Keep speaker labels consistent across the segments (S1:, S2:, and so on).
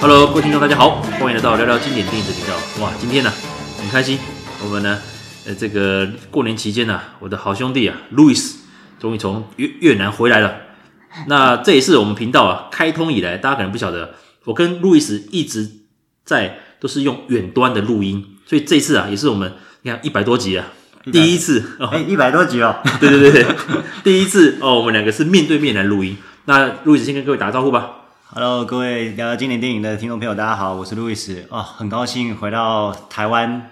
S1: Hello，各位听众，大家好，欢迎来到聊聊经典电影的频道。哇，今天呢、很开心，我们呢，呃，这个过年期间呢、我的好兄弟啊，Louis 终于从越越南回来了。那这也是我们频道啊开通以来，大家可能不晓得，我跟 Louis 一直在都是用远端的录音，所以这次啊，也是我们你看一百多集啊，第一次 哦，
S2: 哎，一百多集哦，
S1: 对对对对，第一次哦，我们两个是面对面来录音。那路易斯先跟各位打个招呼吧。
S2: Hello，各位聊聊经典电影的听众朋友，大家好，我是路易斯哦，很高兴回到台湾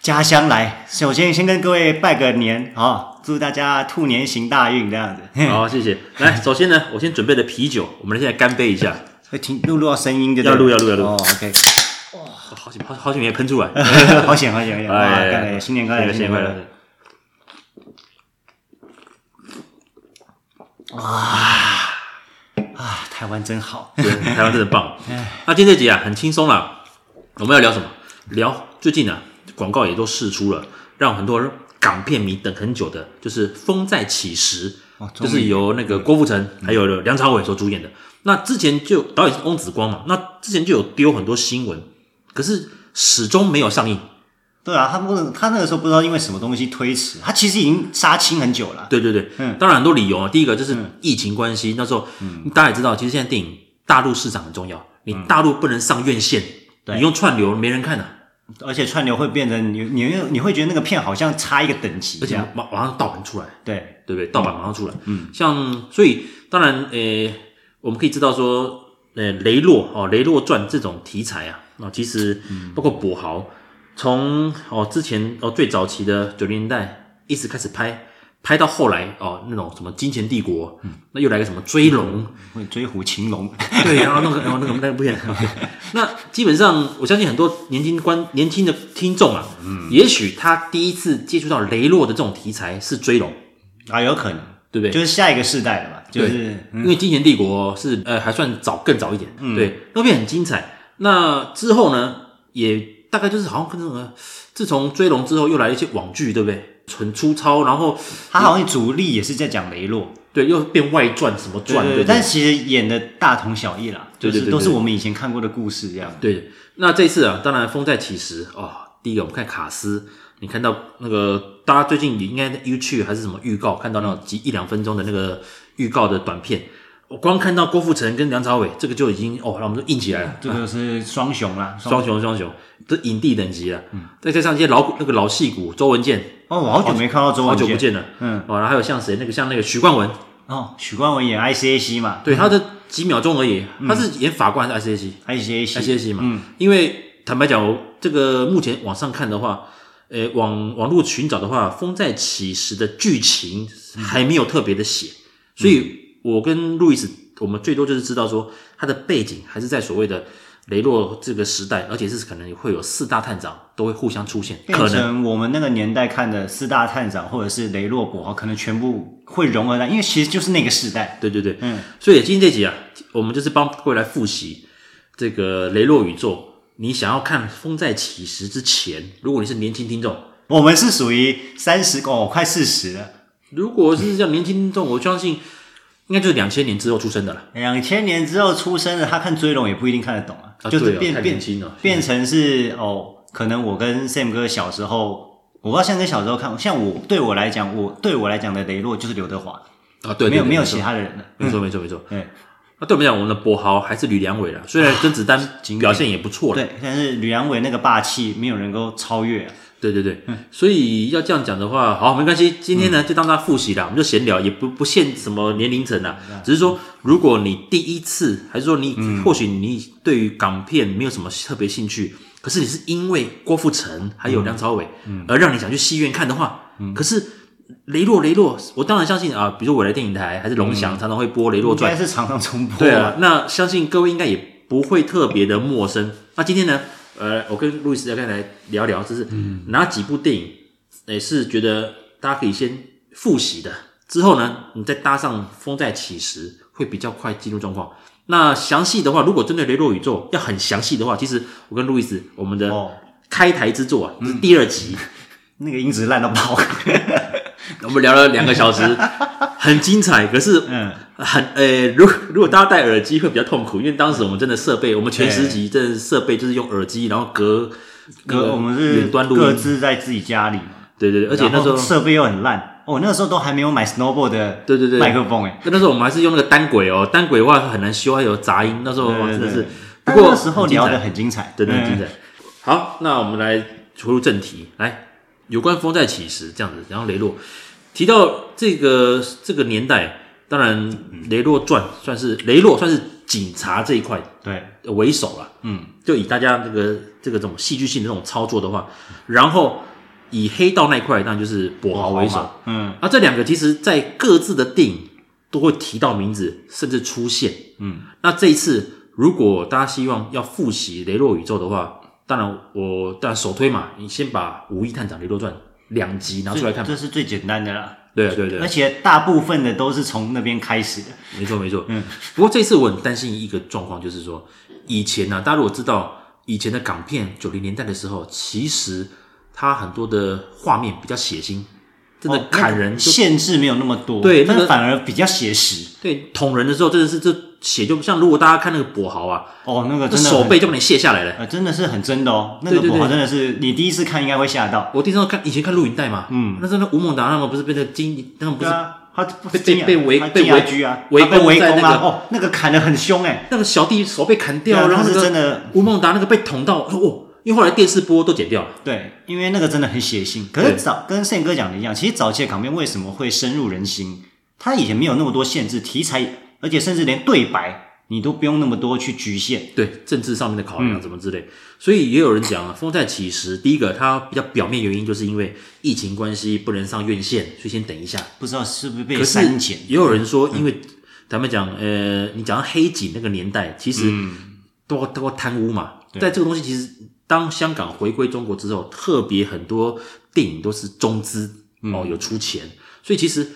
S2: 家乡来。首先先跟各位拜个年啊、哦，祝大家兔年行大运这样子。
S1: 好，谢谢。来，首先呢，我先准备了啤酒，我们现在干杯一下。
S2: 会听录录到声音就对
S1: 要录要录要录
S2: 哦，OK，
S1: 哦好险，好好险没喷出来。
S2: 好险好险好险！哇，
S1: 哎
S2: 干了新年快乐，
S1: 对新年快
S2: 乐！
S1: 乐。
S2: 啊，台湾真好，
S1: 对，台湾真的棒。
S2: 哎
S1: 那今天这集啊，很轻松啦。我们要聊什么？聊最近啊，广告也都试出了，让很多港片迷等很久的，就是《风再起时》
S2: 哦终
S1: 就
S2: 于嗯
S1: 是由那个郭富城还有梁朝伟所主演的。那之前就导演是翁子光嘛，那之前就有丢很多新闻，可是始终没有上映。
S2: 对啊，他不他那个时候不知道因为什么东西推迟，他其实已经杀青很久了。
S1: 对对对，
S2: 嗯
S1: 当然很多理由啊。第一个就是疫情关系，那时候、大家也知道，其实现在电影大陆市场很重要，你大陆不能上院线，
S2: 嗯对
S1: 你用串流没人看啊，
S2: 而且串流会变成你你你会觉得那个片好像差一个等级
S1: 而
S2: 这
S1: 且
S2: 样，
S1: 马马上盗版出来，
S2: 对，
S1: 对不对？盗版马上出来，嗯，像所以当然，呃，我们可以知道说，呃，雷洛哦，雷洛传这种题材啊，啊，其实
S2: 嗯
S1: 包括跛豪，从哦之前哦最早期的九零年代一直开始拍。拍到后来哦，那种什么《金钱帝国》，
S2: 嗯
S1: 那又来个什么《追龙》，
S2: 会追虎擒龙，
S1: 对，然后那个，然后那个那个不演。那基本上，我相信很多年轻观年轻的听众啊，也许他第一次接触到雷洛的这种题材是追龙，
S2: 啊，有可能，
S1: 对不对？
S2: 就是下一个世代了嘛，就
S1: 对
S2: 是嗯
S1: 因为《金钱帝国是》呃还算早，更早一点，对，那片很精彩。那之后呢，也大概就是好像跟那个，自从追龙之后，又来了一些网剧，对不对？很粗糙，然后
S2: 他好像主力也是在讲雷洛，
S1: 对，又变外传什么传，对不对？
S2: 但其实演的大同小异啦，
S1: 对
S2: 就
S1: 对
S2: 是
S1: 对
S2: 都
S1: 对
S2: 是我们以前看过的故事这样。
S1: 对，那这次啊，当然风再起时哦。第一个，我们看卡斯，你看到那个大家最近也应该在 YouTube 还是什么预告，看到那种几一两分钟的那个预告的短片，我光看到郭富城跟梁朝伟，这个就已经哦，让我们都硬起来了。
S2: 这个是双雄啦，
S1: 双
S2: 双
S1: 雄，双雄，这影帝等级了。
S2: 嗯
S1: 再加上一些老那个老戏骨，周文健，
S2: 哦，我好久没看到周
S1: 好
S2: 文
S1: 久不
S2: 健
S1: 见了。
S2: 嗯，
S1: 哦，然后还有像谁，那个像那个许冠文，
S2: 哦，许冠文演 ICAC 嘛
S1: 对，他的几秒钟而已，
S2: 嗯
S1: 他是演法官还是 ICAC？
S2: ，ICAC
S1: ICAC 嘛，因为坦白讲，我这个目前网上看的话，呃，网网络寻找的话，《风再起时》的剧情还没有特别的写，所以我跟路易斯，我们最多就是知道说它的背景还是在所谓的雷洛这个时代，而且是可能会有四大探长都会互相出现，
S2: 变
S1: 可能
S2: 成我们那个年代看的四大探长或者是雷洛伯，可能全部会融合在，因为其实就是那个时代。
S1: 对对对，
S2: 嗯，
S1: 所以今天这集啊，我们就是帮各位来复习这个雷洛宇宙。你想要看《风再起时》之前，如果你是年轻听众，
S2: 我们是属于三十哦，快四十了，
S1: 如果是像年轻听众，我相信应该就是两千年之后出生的了。
S2: 两千年之后出生的，他看追龙也不一定看得懂啊，
S1: 啊
S2: 就是
S1: 对哦
S2: 变、
S1: 太
S2: 变
S1: 年轻了嗯
S2: 变成是哦，可能我跟 Sam 哥小时候，我不知道 Sam 哥小时候看，像我对我来讲，我对我来讲的雷洛就是刘德华，
S1: 啊，对，
S2: 没有没有
S1: 错
S2: 其，他的人了，
S1: 没错没错没错。
S2: 对
S1: 那对我们讲，我们的博豪还是吕良伟了，虽然甄子 丹
S2: 经典
S1: 表现也不错了，
S2: 对，但是吕良伟那个霸气没有人能够超越、啊，
S1: 对对对。所以要这样讲的话，好，没关系，今天呢就当他复习啦，我们就闲聊，也不不限什么年龄层啦，只是说，如果你第一次，还是说你或许你对于港片没有什么特别兴趣，可是你是因为郭富城还有梁朝伟，而让你想去戏院看的话，可是。雷洛，雷洛，我当然相信啊，比如说我来电影台还是龙翔，常常会播《雷洛
S2: 应
S1: 传》
S2: 该是常常重播、
S1: 对啊，那相信各位应该也不会特别的陌生。那今天呢，呃，我跟路易斯要跟大家来聊聊，就是哪几部电影，也是觉得大家可以先复习的，之后呢，你再搭上《风再起时》，会比较快进入状况。那详细的话，如果针对雷洛宇宙要很详细的话，其实我跟路易斯，我们的
S2: 哦，
S1: 开台之作啊，就是第二集，
S2: 那个音质烂到爆，
S1: 我们聊了两个小时，很精彩。可是
S2: 嗯，
S1: 很呃，如如果大家戴耳机会比较痛苦，因为当时我们真的设备，我们全十集真的设备就是用耳机，然后隔那
S2: 各
S1: 个
S2: 我们是
S1: 远端录
S2: 各
S1: 音，
S2: 自在自己家里嘛，
S1: 对对对，而且那时
S2: 然后
S1: 候
S2: 设备又很烂，哦我、那个时候都还没有买 Snowball 的
S1: 对对对
S2: 麦克风哎、
S1: 那时候我们还是用那个单轨哦，单轨的话很难修，还有杂音。那时候哇真的
S2: 对
S1: 是
S2: 对，
S1: 不
S2: 但
S1: 过
S2: 那时候
S1: 很精
S2: 聊
S1: 彩
S2: 得很精彩，
S1: 真的很精
S2: 嗯
S1: 彩。好，那我们来回入正题，来有关风再起时这样子，然后雷洛提到这个这个年代，当然雷洛传算是雷洛算是警察这一块
S2: 对，
S1: 为首了，
S2: 嗯，
S1: 就以大家这个这个这种戏剧性的这种操作的话，然后以黑道那一块，当然就是跛豪为首
S2: 嘛。，嗯
S1: 啊，这两个其实在各自的电影都会提到名字，甚至出现。
S2: 嗯，
S1: 那这一次如果大家希望要复习雷洛宇宙的话，当然我当然首推嘛，你先把《五一探长雷洛传》两集拿出来看。
S2: 这是最简单的啦，
S1: 对啊对啊对
S2: 而
S1: 啊，
S2: 且大部分的都是从那边开始的，
S1: 没错没错。
S2: 嗯
S1: 不过这次我很担心一个状况，就是说以前呢、大家如果知道以前的港片九零年代的时候，其实它很多的画面比较血腥，真的
S2: 哦
S1: 砍人
S2: 那
S1: 就
S2: 限制没有那么多，
S1: 对那
S2: 但
S1: 个
S2: 反而比较写实。
S1: 对捅人的时候真的是这血就像如果大家看那个跛豪啊，
S2: 哦，那个
S1: 这
S2: 真的
S1: 手
S2: 很
S1: 背就把你卸下来了。
S2: 呃，真的是很真的哦，那
S1: 对
S2: 个
S1: 对
S2: 跛豪
S1: 对
S2: 真的是你第一次看应该会吓到。
S1: 我第一次看以前看录影带嘛，
S2: 嗯
S1: 那时候那吴孟达他们不是被那个金，他们不
S2: 对
S1: 是
S2: 啊，他
S1: 被
S2: 进啊
S1: 被围
S2: 他
S1: 被
S2: 进
S1: 围
S2: IG 啊，
S1: 围
S2: 他被
S1: 攻
S2: 围
S1: 在
S2: 攻
S1: 那
S2: 啊，
S1: 个
S2: 哦，那个砍得很凶哎，
S1: 那个小弟手被砍掉，
S2: 对啊
S1: 然后那
S2: 那是
S1: 个
S2: 真的
S1: 吴孟达那个被捅到，哦，因为后来电视播都剪掉了，
S2: 对，因为那个真的很血腥。可是
S1: 对
S2: 早跟宪哥讲的一样，其实早期的港片为什么会深入人心？它以前没有那么多限制，题材，而且甚至连对白你都不用那么多去局限。
S1: 对政治上面的考量什么之类，所以也有人讲啊，《风再起时》第一个它比较表面原因就是因为疫情关系不能上院线，所以先等一下。
S2: 不知道是不是被
S1: 可是嗯
S2: 删减？
S1: 也有人说，因为咱们讲呃，你讲到黑警那个年代，其实都都贪污嘛，在这个东西其实当香港回归中国之后，特别很多电影都是中资哦有出钱，所以其实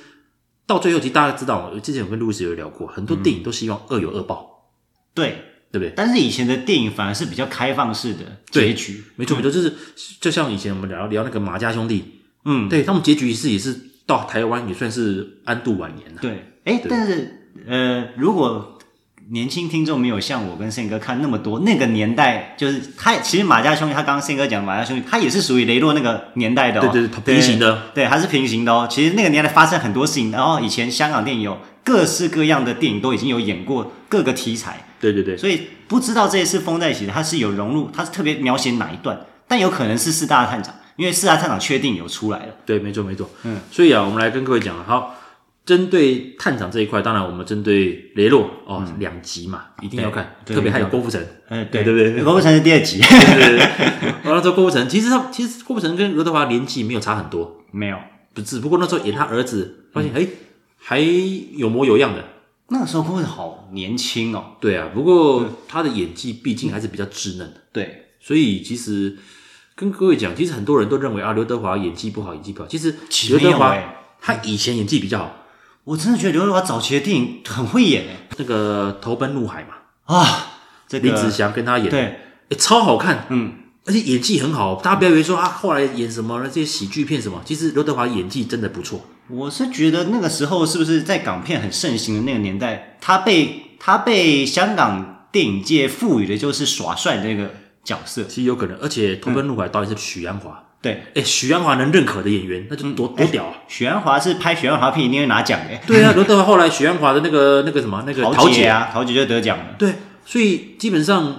S1: 到最后，其实大家知道，之前我跟路易斯有聊过，很多电影都希望恶有恶报，
S2: 对，
S1: 对不对？
S2: 但是以前的电影反而是比较开放式的
S1: 对
S2: 结局。
S1: 没错没错，就是就像以前我们聊聊那个马家兄弟，
S2: 嗯，
S1: 对他们结局是也是到台湾也算是安度晚年了、啊
S2: 对，哎，但是呃，如果年轻听众没有像我跟宪哥看那么多，那个年代就是他，其实马家兄弟，他刚刚宪哥讲马家兄弟，他也是属于雷洛那个年代的、哦，
S1: 对对对平行的，
S2: 对，他是平行的哦。其实那个年代发生很多事情，然后以前香港电影有各式各样的电影都已经有演过各个题材，
S1: 对对对，
S2: 所以不知道这一次风在一起，它是有融入，它是特别描写哪一段，但有可能是四大探长，因为四大探长确定有出来了，
S1: 对，没错没错。
S2: 嗯，
S1: 所以啊，我们来跟各位讲，好，针对探长这一块，当然我们针对雷洛哦，两集嘛，一定要看，
S2: 嗯对
S1: 特别还有
S2: 一定要看
S1: 郭富城。
S2: 嗯，
S1: 对对对
S2: 郭富城是第二集，
S1: 对对哦对。完了之后，郭富城其实他其实郭富城跟刘德华年纪没有差很多，
S2: 没有。
S1: 不只不过那时候演他儿子，发现
S2: 嗯
S1: 哎、还有模有样的。
S2: 那个时候郭富城好年轻哦。
S1: 对啊，不过他的演技毕竟还是比较稚嫩的，
S2: 对，
S1: 所以其实跟各位讲，其实很多人都认为啊，刘德华演技不好，演技不好。其实
S2: 其实
S1: 刘
S2: 没有
S1: 德华
S2: 欸
S1: 他以前演技比较好，
S2: 我真的觉得刘德华早期的电影很会演诶
S1: 那个《投奔怒海》嘛，
S2: 啊，这个
S1: 林子祥跟他演，
S2: 对，
S1: 诶超好看，
S2: 嗯，
S1: 而且演技很好。大家不要以为说他后来演什么这些喜剧片什么，其实刘德华演技真的不错。
S2: 我是觉得那个时候是不是在港片很盛行的那个年代，他被他被香港电影界赋予的就是耍帅的那个角色，
S1: 其实有可能，而且《投奔怒海》导演是许鞍华，
S2: 对。
S1: 哎、许鞍华能认可的演员，那就多、
S2: 嗯
S1: 多屌啊！
S2: 许鞍华是拍许鞍华片一定会拿奖的，
S1: 对啊，刘德华后来许鞍华的那个那个什么那个
S2: 桃姐，啊，桃姐就得奖了。
S1: 对，所以基本上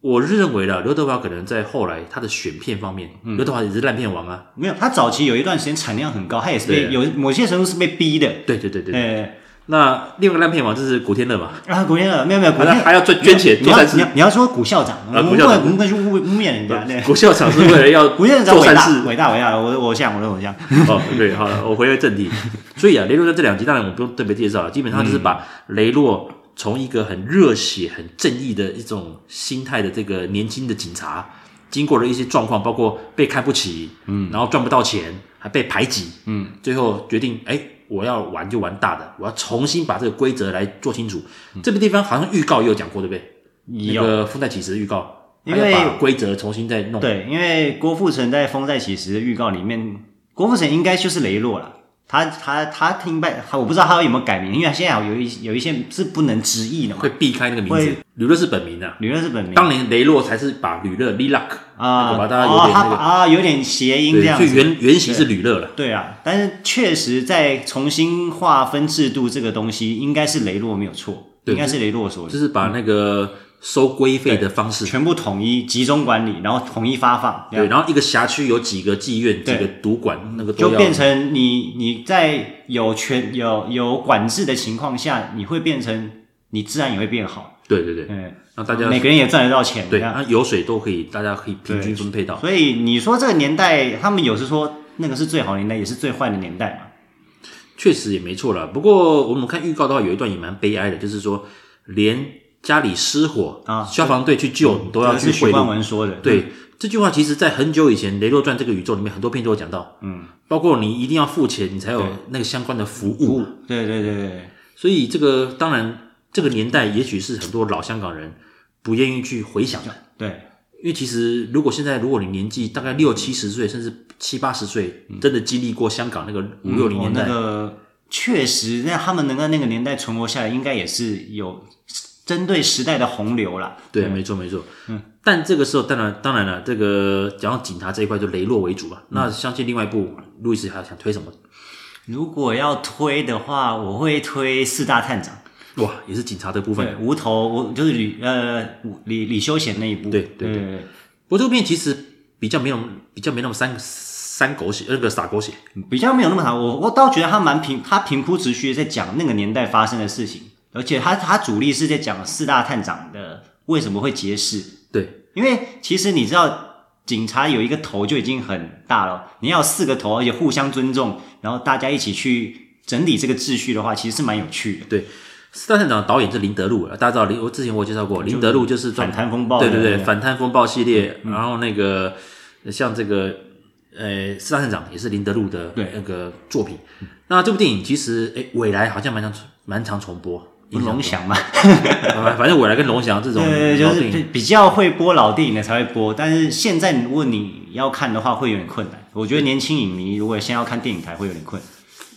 S1: 我是认为了刘德华可能在后来他的选片方面，
S2: 嗯
S1: 刘、德华也是烂片王啊。
S2: 没有，他早期有一段时间产量很高，他也是被
S1: 对
S2: 有某些程度是被逼的。
S1: 对对对对，
S2: 呃，
S1: 那另外一个烂片王就是古天乐嘛，
S2: 啊，古天乐没有没有，古
S1: 还
S2: 天乐
S1: 要还要捐捐钱
S2: 你
S1: 做
S2: 要
S1: 善事
S2: 你。要你要说古校长，我们
S1: 古
S2: 不
S1: 校
S2: 能
S1: 长
S2: 我们不能去污污蔑人家。对，
S1: 国校长是为了要
S2: 哎 古校长
S1: 做
S2: 伟
S1: 善
S2: 大
S1: 事，
S2: 伟大伟大，我的偶像我的偶像。
S1: 哦，对，好了，我回归正题。所以啊，雷洛在这两集，当然我不用特别介绍了，啊基本上就是把雷洛从一个很热血、很正义的一种心态的这个年轻的警察，经过了一些状况，包括被看不起，嗯，然后赚不到钱，还被排挤，嗯，最后决定，哎，我要玩就玩大的，我要重新把这个规则来做清楚。这个地方好像预告也有讲过，对不对？那
S2: 嗯有
S1: 个《风再起时》的预告，
S2: 因
S1: 还
S2: 为
S1: 要把规则重新再弄。
S2: 对，因为郭富城在《风再起时》的预告里面，郭富城应该就是雷洛了。他他他听拜，我不知道他有没有改名，因为他现在好像有一有一些是不能直译的嘛。
S1: 会避开那个名字
S2: 会。
S1: 吕勒是本名啊，
S2: 吕乐是本名
S1: 当年雷洛才是把吕勒 Lilac
S2: 啊，
S1: 把它有
S2: 哦
S1: 点
S2: 他
S1: 那个，
S2: 啊有点谐音这
S1: 对，
S2: 样
S1: 所以
S2: 子。
S1: 原原型是吕勒了。
S2: 对啊，但是确实在重新划分制度这个东西，应该是雷洛没有错，
S1: 对
S2: 应该是雷洛所
S1: 就是把那个收规费的方式，
S2: 全部统一集中管理，然后统一发放，这样
S1: 对，然后一个辖区有几个妓院、几
S2: 对
S1: 个赌馆，那个
S2: 就
S1: 都要
S2: 变成你你在有权有有管制的情况下，你会变成你自然也会变好，
S1: 对对对，
S2: 嗯，
S1: 让大家
S2: 每个人也赚得到钱，
S1: 对，
S2: 这样
S1: 那油水都可以，大家可以平均分配到。
S2: 所以你说这个年代，他们有时说那个是最好的年代，也是最坏的年代嘛，
S1: 确实也没错啦。不过我们看预告的话，有一段也蛮悲哀的，就是说连家里失火
S2: 啊
S1: 消防队去救都
S2: 这
S1: 要
S2: 个
S1: 去
S2: 是
S1: 贿
S2: 许冠
S1: 赂。
S2: 文说的，
S1: 对、这句话，其实在很久以前《雷洛传》这个宇宙里面，很多片都有讲到，
S2: 嗯，
S1: 包括你一定要付钱，你才有
S2: 对
S1: 那个相关的服
S2: 嗯，
S1: 务。
S2: 对对对对，
S1: 所以这个当然，这个年代也许是很多老香港人不愿意去回想的。
S2: 对
S1: 因为其实如果现在如果你年纪大概六七十岁，甚至七八十岁，真的经历过香港那个五六零
S2: 哦
S1: 年代，
S2: 那个确实，那他们能在那个年代存活下来，应该也是有针对时代的洪流啦。
S1: 对，没错没错。嗯，但这个时候当然当然了，这个讲到警察这一块就雷洛为主吧。那相信另外一部路易斯还想推什么？
S2: 如果要推的话，我会推四大探长，
S1: 哇，也是警察的部
S2: 对，
S1: 分。
S2: 无头，我就是吕呃武李李修贤那一部，
S1: 对对
S2: 对对，
S1: 不过这部片其实比较没那么比较没那么三三狗血，那个撒狗血。
S2: 嗯比较没有那么好。我我倒觉得他蛮平，他平铺直叙地在讲那个年代发生的事情，而且他他主力是在讲四大探长的为什么会结识，
S1: 对
S2: 因为其实你知道。警察有一个头就已经很大了，你要有四个头，而且互相尊重，然后大家一起去整理这个秩序的话，其实是蛮有趣的。
S1: 对，四大探长的导演是林德禄，大家知道林，我之前我有介绍过，林德禄就是专
S2: 反贪风暴
S1: 对
S2: 的那嗯个，
S1: 对对，反贪风暴系列，然后那个像这个呃四大探长也是林德禄的
S2: 对
S1: 那个作品。那这部电影其实诶未来好像蛮常蛮常重播，
S2: 不龙翔嘛，
S1: 啊， 反正我来跟龙翔这种
S2: 对，就
S1: 老
S2: 是
S1: 电
S2: 比
S1: 影，
S2: 比较会播老电影的才会播，但是现在如果你要看的话，会有点困难。我觉得年轻影迷如果先要看电影台，会有点困难。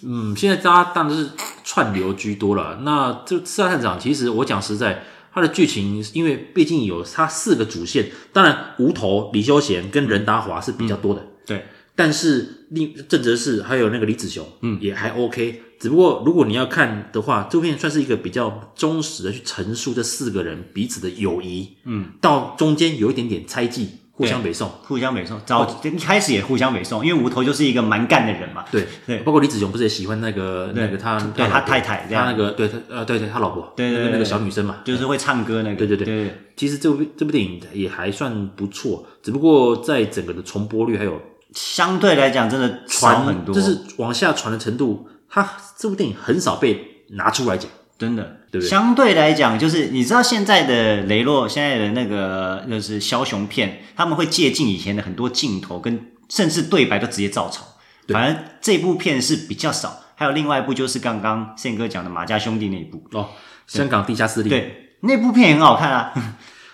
S1: 嗯，现在大家当然是串流居多了。那这《刺杀探长》其实我讲实在，它的剧情因为毕竟有它四个主线，当然无头、李修贤跟任达华是比较多的，
S2: 对，
S1: 但是另郑则仕还有那个李子雄，嗯，也还 OK。只不过如果你要看的话，这部片算是一个比较忠实的去陈述这四个人彼此的友谊，嗯，到中间有一点点猜忌，互相北送。
S2: 互相北宋，早一开始也互相北宋，因为无头就是一个蛮干的人嘛。
S1: 对
S2: 对
S1: 包括李子雄不是也喜欢那个那
S2: 对
S1: 个他
S2: 对
S1: 老
S2: 他
S1: 婆
S2: 太太这样
S1: 他那个对他呃对对他老婆
S2: 对对
S1: 那个
S2: 对
S1: 那个
S2: 对
S1: 小女生嘛，
S2: 就是会唱歌那个。
S1: 对对对
S2: 对
S1: 其实这部这部电影也还算不错，只不过在整个的重播率还有
S2: 相对来讲真的少
S1: 传
S2: 很多，
S1: 就是往下传的程度，它这部电影很少被拿出来讲。
S2: 真的。
S1: 对不对
S2: 相对来讲，就是你知道现在的雷洛，现在的那个就是枭雄片，他们会借鉴以前的很多镜头跟甚至对白都直接照抄。
S1: 对
S2: 反正这部片是比较少，还有另外一部就是刚刚宪哥讲的《马家兄弟》那一部，
S1: 哦，香港地下势力。，
S2: 对，那部片也很好看啊，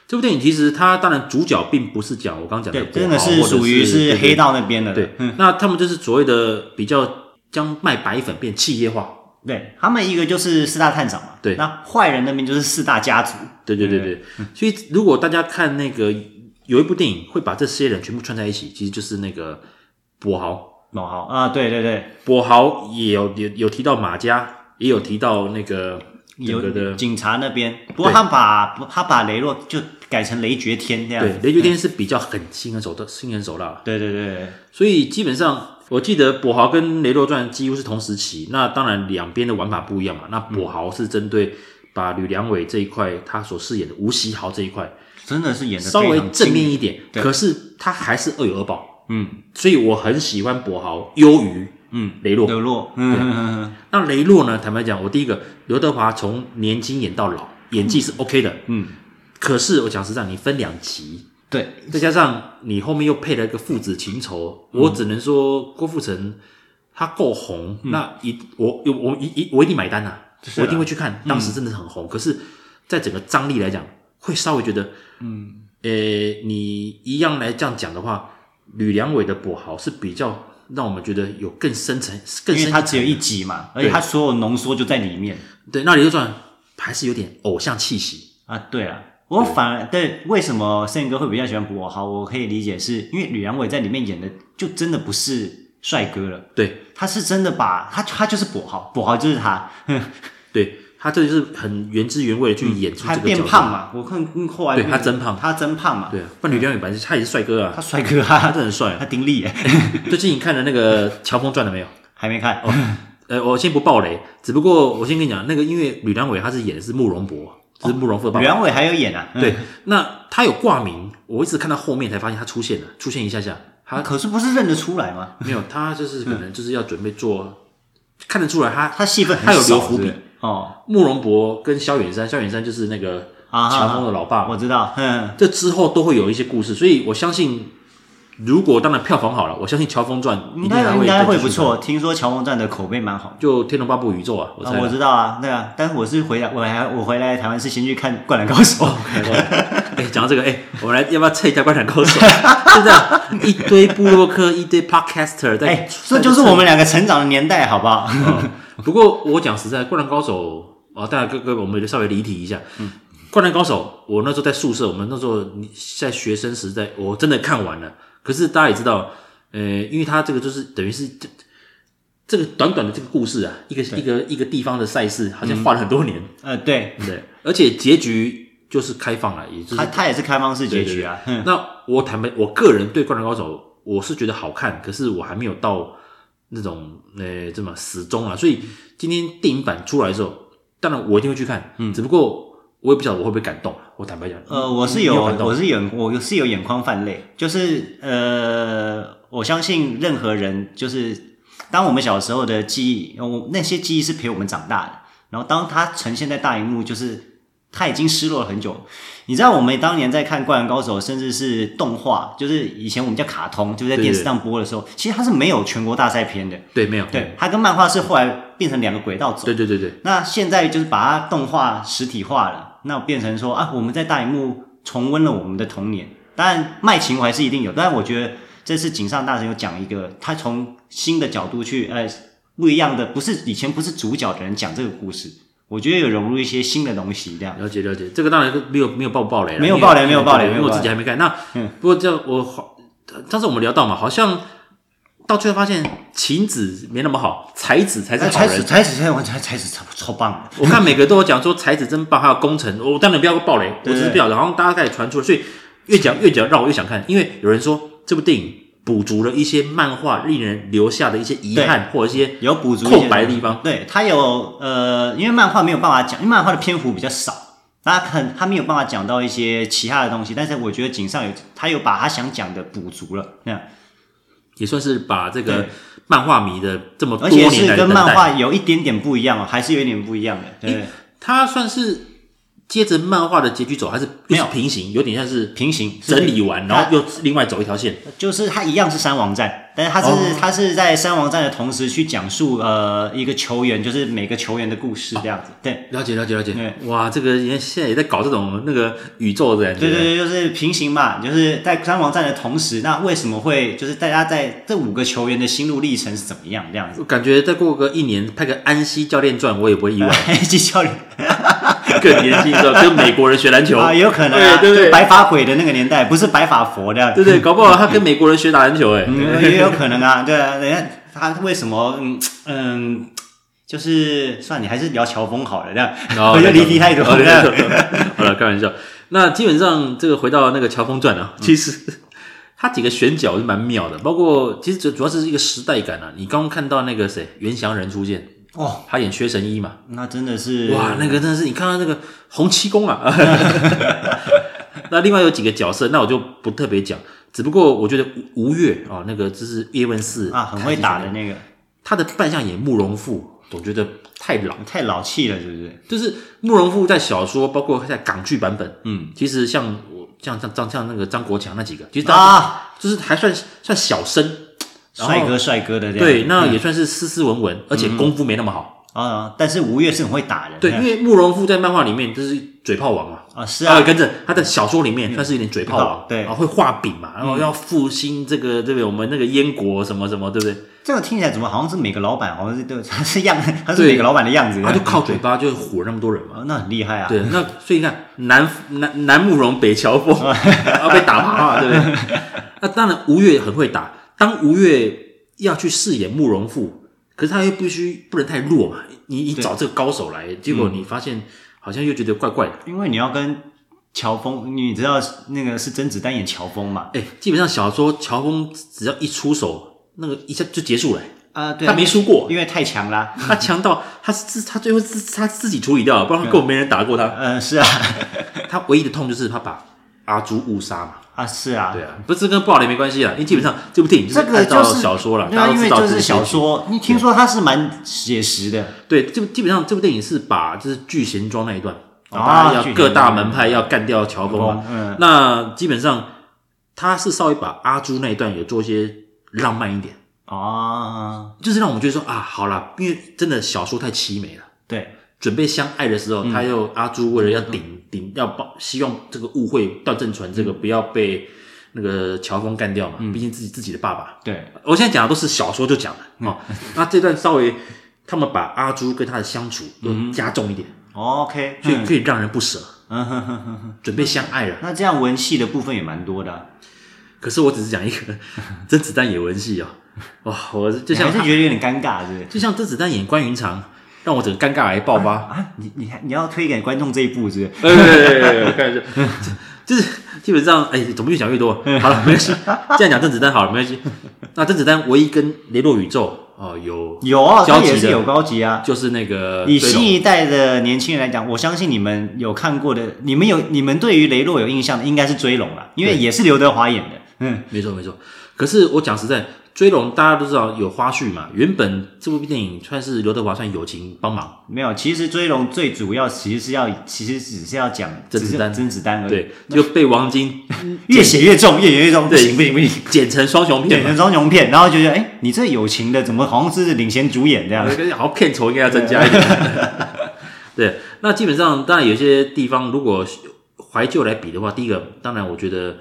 S1: 这部电影其实它当然主角并不是讲我刚刚讲的
S2: 对，
S1: 国
S2: 真的
S1: 豪
S2: 是
S1: 或者
S2: 属于是黑。道那边的，嗯
S1: 对对，对那他们就是所谓的比较将卖白粉变企业化。
S2: 对他们一个就是四大探长嘛，
S1: 对
S2: 那坏人那边就是四大家族，
S1: 对对对对，
S2: 嗯
S1: 所以如果大家看那个有一部电影会把这些人全部串在一起，其实就是那个跛豪，
S2: 某豪啊，对对对，
S1: 跛豪也有有有提到马家，也有提到那个整个
S2: 有
S1: 的
S2: 警察那边，不过他把他把雷洛就改成雷绝天这样
S1: 对
S2: 子，
S1: 雷绝天是比较很心狠手的心狠手辣了。
S2: 对对对对
S1: 所以基本上，我记得跛豪跟雷洛传几乎是同时期。那当然，两边的玩法不一样嘛。那跛豪是针对把吕良伟这一块，他所饰演的吴锡豪这一块
S2: 真的是演的
S1: 稍微正面一点，
S2: 对
S1: 可是他还是恶有恶报。
S2: 嗯
S1: 所以我很喜欢跛豪优于
S2: 嗯，
S1: 雷
S2: 雷
S1: 洛。
S2: 洛，嗯嗯嗯嗯
S1: 那雷洛呢？坦白讲，我第一个刘德华从年轻演到老，演技是 OK 的。
S2: 嗯，
S1: 可是我讲实在，你分两集，
S2: 对，
S1: 再加上你后面又配了一个父子情仇，
S2: 嗯
S1: 我只能说郭富城他够红，那一我我我一一我一定买单呐、
S2: 嗯是啊
S1: 我一定会去看。当时真的很红，可是，在整个张力来讲，会稍微觉得，嗯，呃，你一样来这样讲的话，吕良伟的跛豪是比较让我们觉得有更深层、更
S2: 因
S1: 深
S2: 为它
S1: 一层
S2: 只有一集嘛，而
S1: 对
S2: 且它所有浓缩就在里面
S1: 对，那《流转》还是有点偶像气息。
S2: 啊。对啊，我反而对为什么圣哥会比较喜欢博豪，我可以理解是，因为吕良伟在里面演的就真的不是帅哥了，
S1: 对
S2: 他是真的把他他就是博豪，博豪就是他，
S1: 对，他这就是很原汁原味的去演出
S2: 他
S1: 这个角
S2: 变
S1: 色。
S2: 胖嘛，我看嗯后来
S1: 对
S2: 变
S1: 他真胖
S2: 他真胖嘛，
S1: 对啊，不然吕良远本来是他也是帅哥啊
S2: 他，帅哥
S1: 他
S2: 啊，
S1: 真的很帅
S2: 他
S1: 啊。
S2: 丁力耶
S1: 最近你看了那个《乔峰传》了没有？
S2: 还没看，
S1: 呃，我先不爆雷，只不过我先跟你讲，那个因为吕良伟他是演的是慕容博，是慕容复的爸
S2: 吕
S1: 爸。
S2: 良伟还有演啊，嗯
S1: 对，那他有挂名，我一直看到后面才发现他出现了，出现一下下，他
S2: 可是不是认得出来吗？
S1: 没有，他就是可能就是要准备做，看得出来他
S2: 他戏份很
S1: 他有
S2: 少
S1: 留伏
S2: 是不
S1: 笔
S2: 是。哦，
S1: 慕容博跟萧远山，萧远山就是那个
S2: 啊哈
S1: 乔峰的老爸嘛，
S2: 我知道， 嗯，
S1: 这之后都会有一些故事，所以我相信，如果当然票房好了，我相信《乔峰传》一
S2: 应
S1: 定还
S2: 该应
S1: 会
S2: 该
S1: 再
S2: 会
S1: 继续
S2: 不
S1: 上，
S2: 错。听说乔峰站的口碑蛮好，
S1: 就《天龙八部》宇宙啊，我
S2: 啊
S1: 猜、，
S2: 我知道啊，对啊，但是我是回来，我还我回来台湾是先去看《灌篮高手》
S1: 哦 哎、讲到这个，哎、我们来要不要测一下《灌篮高手》？ 现在一堆部落客，一堆 podcaster 在，
S2: 哎、这就是我们两个成长的年代，好不好？
S1: 哦不过我讲实在，《灌篮高手》啊，大家各位，我们稍微离题一下。
S2: 嗯
S1: 灌篮高手》，我那时候在宿舍，我们那时候你在学生时代，我真的看完了。可是大家也知道，呃，因为它这个就是等于是这这个短短的这个故事啊，一个一个一个地方的赛事，好
S2: 嗯
S1: 像画了很多年，
S2: 呃，对，
S1: 对，而且结局就是开放了，也就是
S2: 他他也是开放式结局啊， 嗯
S1: 那我坦白，我个人对《灌篮高手》我是觉得好看，可是我还没有到那种呃这么死忠啊。所以今天电影版出来的时候，当然我一定会去看，嗯，只不过我也不晓得我会不会感动啊。我坦白讲，
S2: 呃，我是
S1: 你
S2: 有，
S1: 感动
S2: 我是有，我是有眼眶泛泪，就是呃，我相信任何人，就是当我们小时候的记忆，我那些记忆是陪我们长大的，然后当它呈现在大荧幕，就是它已经失落了很久。你知道我们当年在看《灌篮高手》，甚至是动画，就是以前我们叫卡通，就是在
S1: 对
S2: 电视上播的时候，其实它是没有全国大赛篇的，
S1: 对，没有，
S2: 对，它跟漫画是后来变成两个轨道走。
S1: 对对对对，
S2: 那现在就是把它动画实体化了，那变成说啊，我们在大荧幕重温了我们的童年。当然，卖情怀是一定有，但我觉得这次井上大神有讲一个，他从新的角度去，呃，不一样的，不是以前不是主角的人讲这个故事，我觉得有融入一些新的东西，这样。
S1: 了解了解，这个当然没有没有爆爆雷啦，
S2: 没有
S1: 因为
S2: 爆雷没有爆雷
S1: 对因为嗯
S2: 没有
S1: 我
S2: 爆雷
S1: 自己还没看。那不过这样我好，上次我们聊到嘛，好像到最后发现晴子没那么好，才子才是好
S2: 才
S1: 人
S2: 始，才始，才我才才始超超棒的，
S1: 我看每个都有讲说才子真棒，还有工程，我当然不要暴雷，我
S2: 对
S1: 只是不晓得，好像大家开始传出来，所以越讲越讲，让我越想看，因为有人说这部电影补足了一些漫画令人留下的一些遗憾或者一些
S2: 有补足一些
S1: 空白的地方。
S2: 啊对，它有呃，因为漫画没有办法讲，因为漫画的篇幅比较少，大家很他没有办法讲到一些其他的东西。但是我觉得井上有他有把他想讲的补足了，那样，
S1: 也算是把这个
S2: 对
S1: 漫画迷的这么多
S2: 而且
S1: 年
S2: 是
S1: 来的
S2: 跟
S1: 等
S2: 漫
S1: 待，
S2: 画有一点点不一样哦，还是有一点不一样的。对，
S1: 它算是接着漫画的结局走，还是又
S2: 没
S1: 是
S2: 有
S1: 平行，有点像是
S2: 平行
S1: 整理完，然后又另外走一条线。
S2: 就是它一样是三王战，但是它是、
S1: 哦
S2: 它是在三王战的同时去讲述呃一个球员，就是每个球员的故事这样子。对。
S1: 了解了解了解
S2: 对，
S1: 哇，这个人现在也在搞这种那个宇宙的感觉。
S2: 对对对，就是平行嘛，就是在三王战的同时，那为什么会就是大家在这五个球员的心路历程是怎么样这样子？
S1: 我感觉再过个一年，拍个《安西教练传》，我也不会意 外。
S2: 哎季教练
S1: 更年轻的，跟美国人学篮 球
S2: 啊，也有可能啊，
S1: 对对
S2: 就
S1: 对
S2: 白发鬼的那个年代，不是白发佛这样
S1: 对对，搞不好他跟美国人学打篮球，哎，
S2: 嗯，也有可能啊，对啊，人家他为什么嗯嗯，就是算你还是聊乔峰好了，这样、
S1: 哦
S2: 我就离题 太多
S1: 哦
S2: 了。这样
S1: 对对对好了，开玩笑。那基本上这个回到那个《乔峰传》啊，其实他几个选角是蛮妙的，包括其实主主要是一个时代感啊。你刚刚看到那个谁袁翔仁出现，
S2: 哦，
S1: 他演薛神医嘛，
S2: 那真的是
S1: 哇，那个真的是你看到那个洪七公 啊。那另外有几个角色，那我就不特别讲，只不过我觉得吴吴越啊，那个就是叶问四
S2: 啊，很会打的，那个，
S1: 他的扮相演慕容复，我觉得太老。
S2: 太老气了，是不是？
S1: 就是慕容复在小说，包括在港剧版本，
S2: 嗯
S1: 其实像我像像张像那个张国强那几个，其实他
S2: 啊，
S1: 就是还算算小生，然后
S2: 帅哥嗯帅哥的这样。
S1: 对，那也算是斯斯文文，而且功夫没那么好。
S2: 啊，但是吴越是很会打人。
S1: 对，
S2: 这
S1: 因
S2: 样
S1: 为慕容复在漫画里面就是嘴炮王嘛，
S2: 啊，是
S1: 他
S2: 啊
S1: 会，跟着他的小说里面算是有点嘴炮王，
S2: 对嗯
S1: 然后会画饼嘛，然后要复兴这个对不对？我们那个燕国什么什么，对不对？
S2: 这个听起来怎么好像是每个老板好像是对，他是样，他是
S1: 对
S2: 每个老板的样子，
S1: 他就靠嘴巴就火那么多人嘛。
S2: 哦，那很厉害啊。
S1: 对，那所以你看南南南慕容北乔 峰要被打趴嘛，对不对？那当然吴越也很会打，当吴越要去饰演慕容复，可是他又必须不能太弱嘛，你你找这个高手来，结
S2: 嗯
S1: 果你发现好像又觉得怪怪的。
S2: 因为你要跟乔峰，你知道那个是甄子丹演乔峰嘛？
S1: 哎、基本上小说乔峰只要一出手，那个一下就结束了、
S2: 啊，对啊
S1: 他没输过，
S2: 因为太强啦。
S1: 他强到他自他最后自他自己处理掉了，不然他
S2: 嗯
S1: 根本没人打过他。
S2: 呃，是啊，
S1: 他唯一的痛就是他把阿朱误杀嘛。
S2: 啊是啊，
S1: 对啊，不是跟不好的没关系啊，因为基本上这部电影就
S2: 这
S1: 是
S2: 个
S1: 按
S2: 就
S1: 照
S2: 是
S1: 小说了，
S2: 对
S1: 大家
S2: 啊，
S1: 都
S2: 因为
S1: 知道
S2: 就
S1: 这
S2: 是
S1: 个
S2: 小
S1: 结局。
S2: 说，你听说它是蛮写实的，
S1: 对，这部基本上这部电影是把就是聚贤庄那一段，哦
S2: 啊
S1: 大家
S2: 聚
S1: 要
S2: 贤庄
S1: 各大门派要干掉乔峰嘛。
S2: 嗯，
S1: 那基本上他是稍微把阿朱那一段有做一些浪漫一点，
S2: 哦，
S1: 就是让我们觉得说啊，好啦，因为真的小说太凄美了。
S2: 对，
S1: 准备相爱的时候，他又阿朱为了要顶顶要帮，希望这个误会段正淳这个不要被那个乔峰干掉嘛，毕竟自己自己的爸爸。
S2: 对，
S1: 我现在讲的都是小说就讲了哦，那这段稍微他们把阿朱跟他的相处又加重一点，
S2: 哦 OK，
S1: 所以可以让人不舍。
S2: 嗯 哼哼哼哼，
S1: 准备相爱了，
S2: 那这样文戏的部分也蛮多的啊，
S1: 可是我只是讲一个甄子丹演文戏啊，哇，我就
S2: 你
S1: 像
S2: 还是觉得有点尴尬，是不是？
S1: 就像甄子丹演关云长，让我整个尴尬癌爆发。
S2: 啊，你你还你要推给观众这一步，是不是？
S1: 哎哎哎哎，看一下，就是基本上，哎，怎么越讲越多？好了，没关系，这样讲甄子丹好了，没关系。那甄子丹唯一跟雷洛宇宙哦有
S2: 有啊，
S1: 交
S2: 这
S1: 集
S2: 也
S1: 的呃
S2: 是有高级啊，
S1: 就是那个
S2: 以
S1: 飞龙
S2: 新一代的年轻人来讲，我相信你们有看过的，你们有你们对于雷洛有印象的，应该是追龙啦，因为
S1: 对
S2: 也是刘德华演的。嗯，
S1: 没错没错。可是我讲实在，追龙大家都知道有花絮嘛。原本这部电影算是刘德华算友情帮忙，
S2: 没有，其实追龙最主要其实是要，其实只是要讲
S1: 甄子丹
S2: 只是甄子丹而已。
S1: 对，就被王晶
S2: 越写越重，越写越重，不
S1: 对
S2: 行不行不行，
S1: 剪成双雄片
S2: 变
S1: 嘛。
S2: 成双雄片，然后觉得哎，你这友情的怎么好像是领衔主演这样？
S1: 好像片酬应该要增加一点。 对，那基本上当然有些地方如果怀旧来比的话，第一个当然我觉得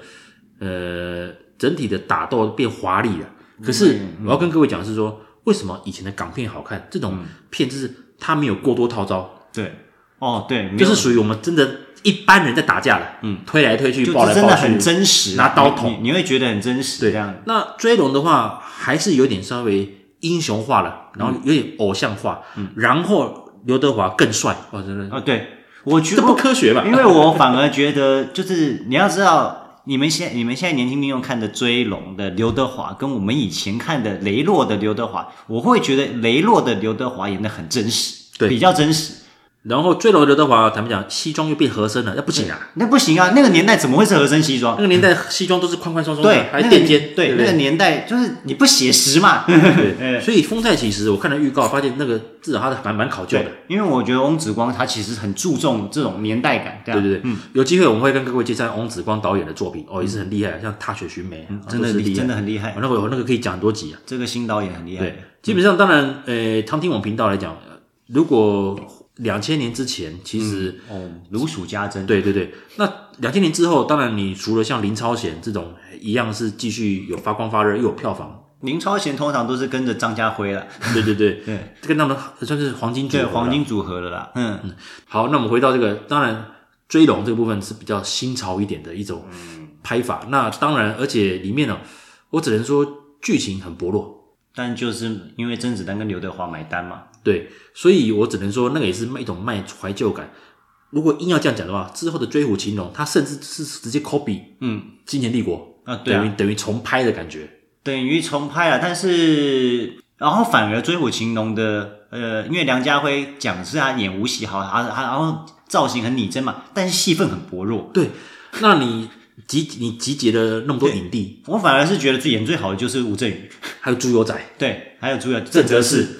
S1: 呃整体的打斗变华丽了。
S2: 嗯
S1: 可是我要跟各位讲的是说，为什么以前的港片好看？这
S2: 嗯
S1: 种片就是它没有过多套招，
S2: 对，哦对，没有
S1: 就是属于我们真的一般人在打架了，嗯，推来推去，
S2: 就
S1: 抱来
S2: 真
S1: 抱
S2: 的很
S1: 去。
S2: 真实，
S1: 拿刀捅
S2: 你，你你会觉得很真实
S1: 对
S2: 这样。
S1: 那追龙的话，还是有点稍微英雄化了，然后有点偶像化，
S2: 嗯
S1: 然后刘德华更帅，哦，真的
S2: 啊，对，我觉
S1: 这
S2: 得
S1: 不科学吧？
S2: 因为我反而觉得，就是你要知道，你们现你们现在年轻听众看的《追龙》的刘德华，跟我们以前看的雷洛的刘德华，我会觉得雷洛的刘德华演的很真实，
S1: 对
S2: 比较真实。
S1: 然后追楼刘德华，咱们讲西装又变合身了，那不行啊！
S2: 那不行啊，那个年代怎么会是合身西装
S1: 那？个年代西装都是宽宽松松
S2: 对
S1: 的，，还垫肩，
S2: 那个年对
S1: 不
S2: 那个年代就是你不写实嘛。
S1: 对对。所以《风再起时》，我看了预告，发现那个至少他还蛮蛮考究的。，
S2: 因为我觉得翁子光他其实很注重这种年代感，
S1: 对
S2: 对嗯吧？
S1: 对对，有机会我们会跟各位介绍翁子光导演的作品，哦，也是很厉害，像《踏雪寻梅》啊，
S2: 嗯真
S1: 都
S2: 的
S1: 是厉害，
S2: 真的很厉害
S1: 哦，那个我那个可以讲很多集啊。
S2: 这个新导演很厉害。
S1: 对，基本上当然，呃，常听我们频道来讲，呃如果两千年之前，其实
S2: 哦，如数家珍。
S1: 对对对，那两千年之后，当然你除了像林超贤这种呃一样是继续有发光发热又有票房，
S2: 林超贤通常都是跟着张家辉了，
S1: 对对对
S2: 对，
S1: 这跟他们呃算是黄金组
S2: 对
S1: 合啦
S2: 黄。金组合了啦。嗯，
S1: 好，那我们回到这个，当然追龙这个部分是比较新潮一点的一种
S2: 嗯
S1: 拍法。那当然，而且里面呢、我只能说剧情很薄弱，
S2: 但就是因为甄子丹跟刘德华买单嘛，
S1: 对，所以我只能说那个也是一种卖怀旧感。如果硬要这样讲的话，之后的《追虎擒龙》它甚至是直接 copy
S2: 嗯，
S1: 《金钱帝国》
S2: 啊对啊
S1: 等于等于重拍的感觉。
S2: 等于重拍啊了。但是然后反而《追虎擒龙》的，呃，因为梁家辉讲是他演吴喜豪，他他然后造型很拟真嘛，但是戏份很薄弱。
S1: 对，那你集你集结了那么多影帝，
S2: 我反而是觉得最演最好的就是吴镇宇，
S1: 还有猪油仔，
S2: 对，还有主角郑
S1: 郑则仕。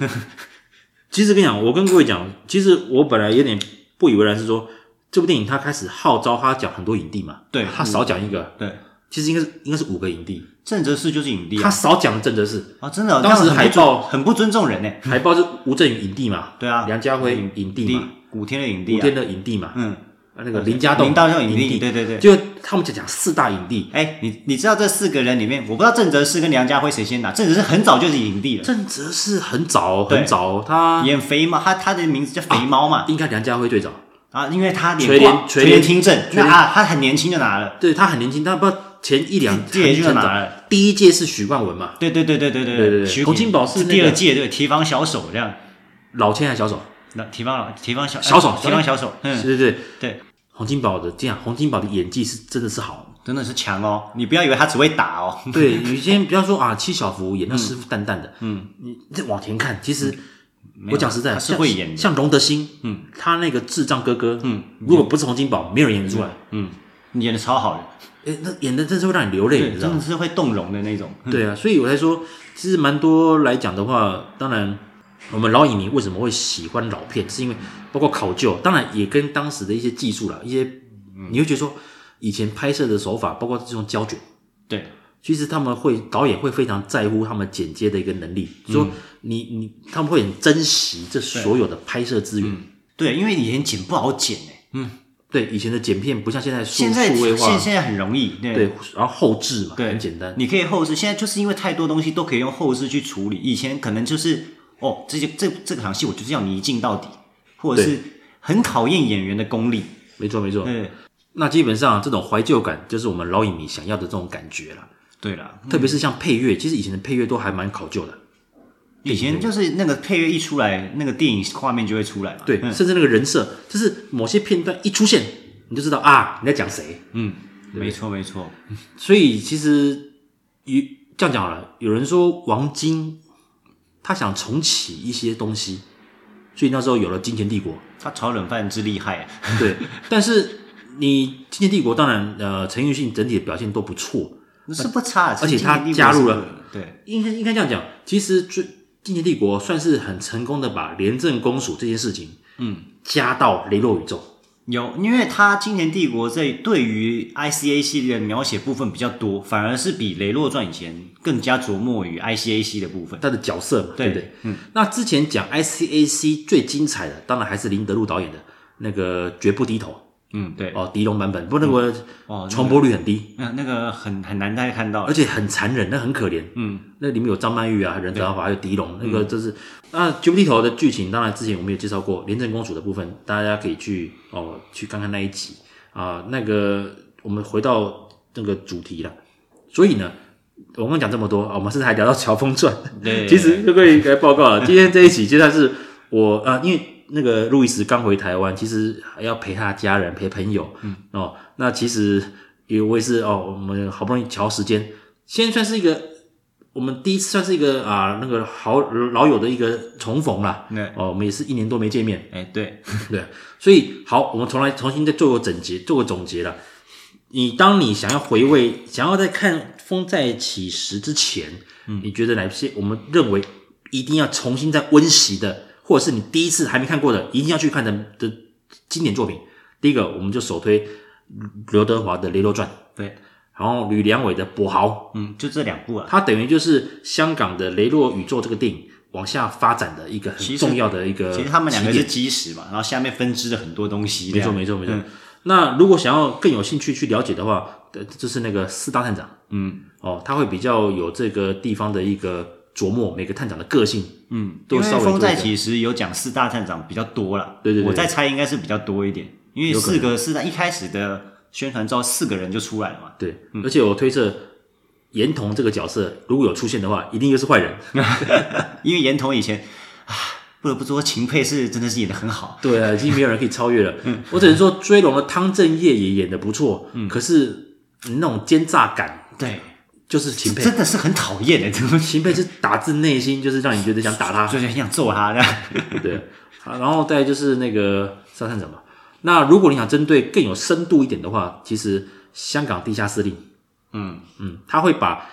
S1: 其实跟你讲，我跟各位讲，其实我本来有点不以为然，是说这部电影它开始号召他讲很多影帝嘛，
S2: 对嗯
S1: 他少讲一个，
S2: 对，
S1: 其实应该是应该是五个影帝，
S2: 郑则仕就是影帝
S1: 他
S2: 啊，
S1: 少讲了郑则仕，
S2: 啊真的哦，
S1: 当时
S2: 这样很不尊
S1: 海报
S2: 很不尊重人呢。
S1: 海报是吴镇宇影帝嘛，
S2: 对啊
S1: 梁家辉影帝嘛，
S2: 古天的影帝
S1: 古
S2: 啊，
S1: 天乐影帝嘛，
S2: 嗯，
S1: 啊那个林家栋
S2: 林家栋影
S1: 影
S2: 帝
S1: 帝，
S2: 对对对
S1: 就他们就讲四大影帝，
S2: 哎，你你知道这四个人里面，我不知道郑则仕跟梁家辉谁先拿。郑则仕很早就是影帝了，
S1: 郑则仕很早
S2: 对
S1: 很早，他
S2: 演肥猫，他他的名字叫肥猫嘛，
S1: 应该梁家辉最早，
S2: 啊，因为他
S1: 垂
S2: 脸
S1: 帘
S2: 挂
S1: 垂
S2: 垂帘
S1: 帘
S2: 听政，
S1: 垂
S2: 那
S1: 帘
S2: 啊他很年轻就拿了，
S1: 对他很年轻，但不知道前一两
S2: 这也就
S1: 很
S2: 拿
S1: 早
S2: 了。
S1: 第一届是许冠文嘛，
S2: 对对对对对对
S1: 对对对
S2: 徐
S1: 洪金宝是那个
S2: 第二届对提防小手这样，
S1: 老千还是小手，
S2: 那提防老提防小
S1: 小手
S2: 哎提防小手，嗯，
S1: 对对对，
S2: 对，
S1: 洪金宝的这样，洪金宝的演技是真的是好，
S2: 真的是强哦，你不要以为他只会打哦，
S1: 对，你先不要说啊，七小福演那师傅淡淡的，嗯，你再往前看，其实
S2: 嗯没
S1: 我
S2: 有
S1: 讲实在，
S2: 他是
S1: 像
S2: 会演的
S1: 像荣德兴，嗯，他那个智障哥哥，嗯，如果不是洪金宝，没有人演得出来，
S2: 嗯，你演的超好的，
S1: 哎，那演的真是会让你流泪，
S2: 对，
S1: 你知道
S2: 真
S1: 吗？
S2: 的是会动容的那种，
S1: 对啊，所以我才说，其实蛮多来讲的话，当然我们老影迷为什么会喜欢老片，是因为包括考究，当然也跟当时的一些技术啦，一些
S2: 嗯
S1: 你会觉得说以前拍摄的手法，包括这种胶卷。
S2: 对，
S1: 其实他们会导演会非常在乎他们剪接的一个能力，
S2: 嗯
S1: 说你你他们会很珍惜这所有的拍摄资源。
S2: 对，因为以前剪不好剪哎，
S1: 对以前的剪片不像现在数
S2: 现在
S1: 数位
S2: 现
S1: 化，
S2: 现在很容易，对
S1: 对，然后后置嘛，
S2: 对，
S1: 很简单。
S2: 你可以后置，现在就是因为太多东西都可以用后置去处理，以前可能就是哦，这些这这场戏我就是要泥进到底，或者是很考验演员的功力。
S1: 没错没错。
S2: 对
S1: 那基本上这种怀旧感就是我们老影迷想要的这种感觉啦。
S2: 对啦，
S1: 特别是像配乐，其实以前的配乐都还蛮考究的，
S2: 以前就是那个配乐一出来，那个电影画面就会出来嘛。
S1: 对，
S2: 嗯
S1: 甚至那个人设，就是某些片段一出现，你就知道啊你在讲谁。
S2: 嗯，没错没错，
S1: 所以其实有这样讲好了，有人说王晶他想重启一些东西，所以那时候有了《金钱帝国
S2: 他炒冷饭之厉害啊，》。
S1: 对，但是你《金钱帝国》当然呃陈奕迅整体的表现都不错，
S2: 那是不差，啊
S1: 而且他
S2: 今年
S1: 加入
S2: 一定
S1: 了
S2: 是对
S1: 应该应该这样讲，其实最《金钱帝国》算是很成功的把廉政公署这件事情，嗯，加到雷洛宇宙。
S2: 有，因为他《金钱帝国》这对于 ICA 系列的描写部分比较多，反而是比《雷洛传》以前更加琢磨于 ICAC 的部分。
S1: 他的角色嘛，
S2: 对
S1: 对不对？嗯。那之前讲 ICAC 最精彩的，当然还是林德禄导演的那个《绝不低头》
S2: 嗯，对，
S1: 哦，狄龙版本，不过那个
S2: 哦
S1: 传播率很低，
S2: 那那个很很难再看到
S1: 而，且很残忍，那很可怜。嗯，那里面有张曼玉啊、任子豪华还有狄龙，那个就是那《绝不低头》的剧情，当然之前我们也介绍过廉政公署的部分，大家可以去哦去看看那一集啊。那个我们回到那个主题了，所以呢。我刚刚讲这么多啊，我们甚至还聊到《乔峰传》，
S2: 对
S1: 其实就可以来报告了。今天这一期就算是我啊、呃因为那个路易斯刚回台湾，其实还要陪他家人、陪朋友，嗯哦，那其实也我也是哦，我们好不容易调时间，先算是一个我们第一次算是一个啊、那个好老友的一个重逢啦。
S2: 对
S1: 哦，我们也是一年多没见面，
S2: 哎，对，
S1: 对，所以好，我们重来重新再做个总结，做个总结了。你当你想要回味，想要在看《风再起时》之前，
S2: 嗯
S1: 你觉得哪些我们认为一定要重新再温习的，或者是你第一次还没看过的，一定要去看的的经典作品？第一个，我们就首推刘德华的《雷洛传》，
S2: 对，
S1: 然后吕良伟的《跛豪》，
S2: 嗯，就这两部啊，
S1: 它等于就是香港的《雷洛宇宙》这个电影往下发展的一个
S2: 其
S1: 很
S2: 实
S1: 重要的一个
S2: 其实他们两个
S1: 起点
S2: 是基石嘛，然后下面分支了很多东西，
S1: 没
S2: 这
S1: 错，
S2: 样
S1: 没错，没错。那如果想要更有兴趣去了解的话，呃，就是那个四大探长，
S2: 嗯，
S1: 哦，他会比较有这个地方的一个琢磨，每个探长的个性，嗯，
S2: 因
S1: 都
S2: 为
S1: 稍微做
S2: 风
S1: 一
S2: 在
S1: 个
S2: 其实有讲四大探长比较多啦，
S1: 对对对
S2: 我在猜应该是比较多一点，因为四个四大一开始的宣传照四个人就出来了嘛，
S1: 对，而且我推测严童这个角色如果有出现的话，一定又是坏人，
S2: 因为严童以前啊，不得不说秦沛是真的是演的很好，
S1: 对啊，已经没有人可以超越了。我只能说追龙的汤镇业也演的不错，嗯，可是那种奸诈感
S2: 对，
S1: 就是秦沛，
S2: 真的是很讨厌的，怎 么
S1: 秦沛是打自内心，就是让你觉得想打他，
S2: 就是很想揍他 这样，
S1: 对，啊，然后再就是那个沙探长嘛。那如果你想针对更有深度一点的话，其实香港地下司令，
S2: 嗯，
S1: 嗯，他会把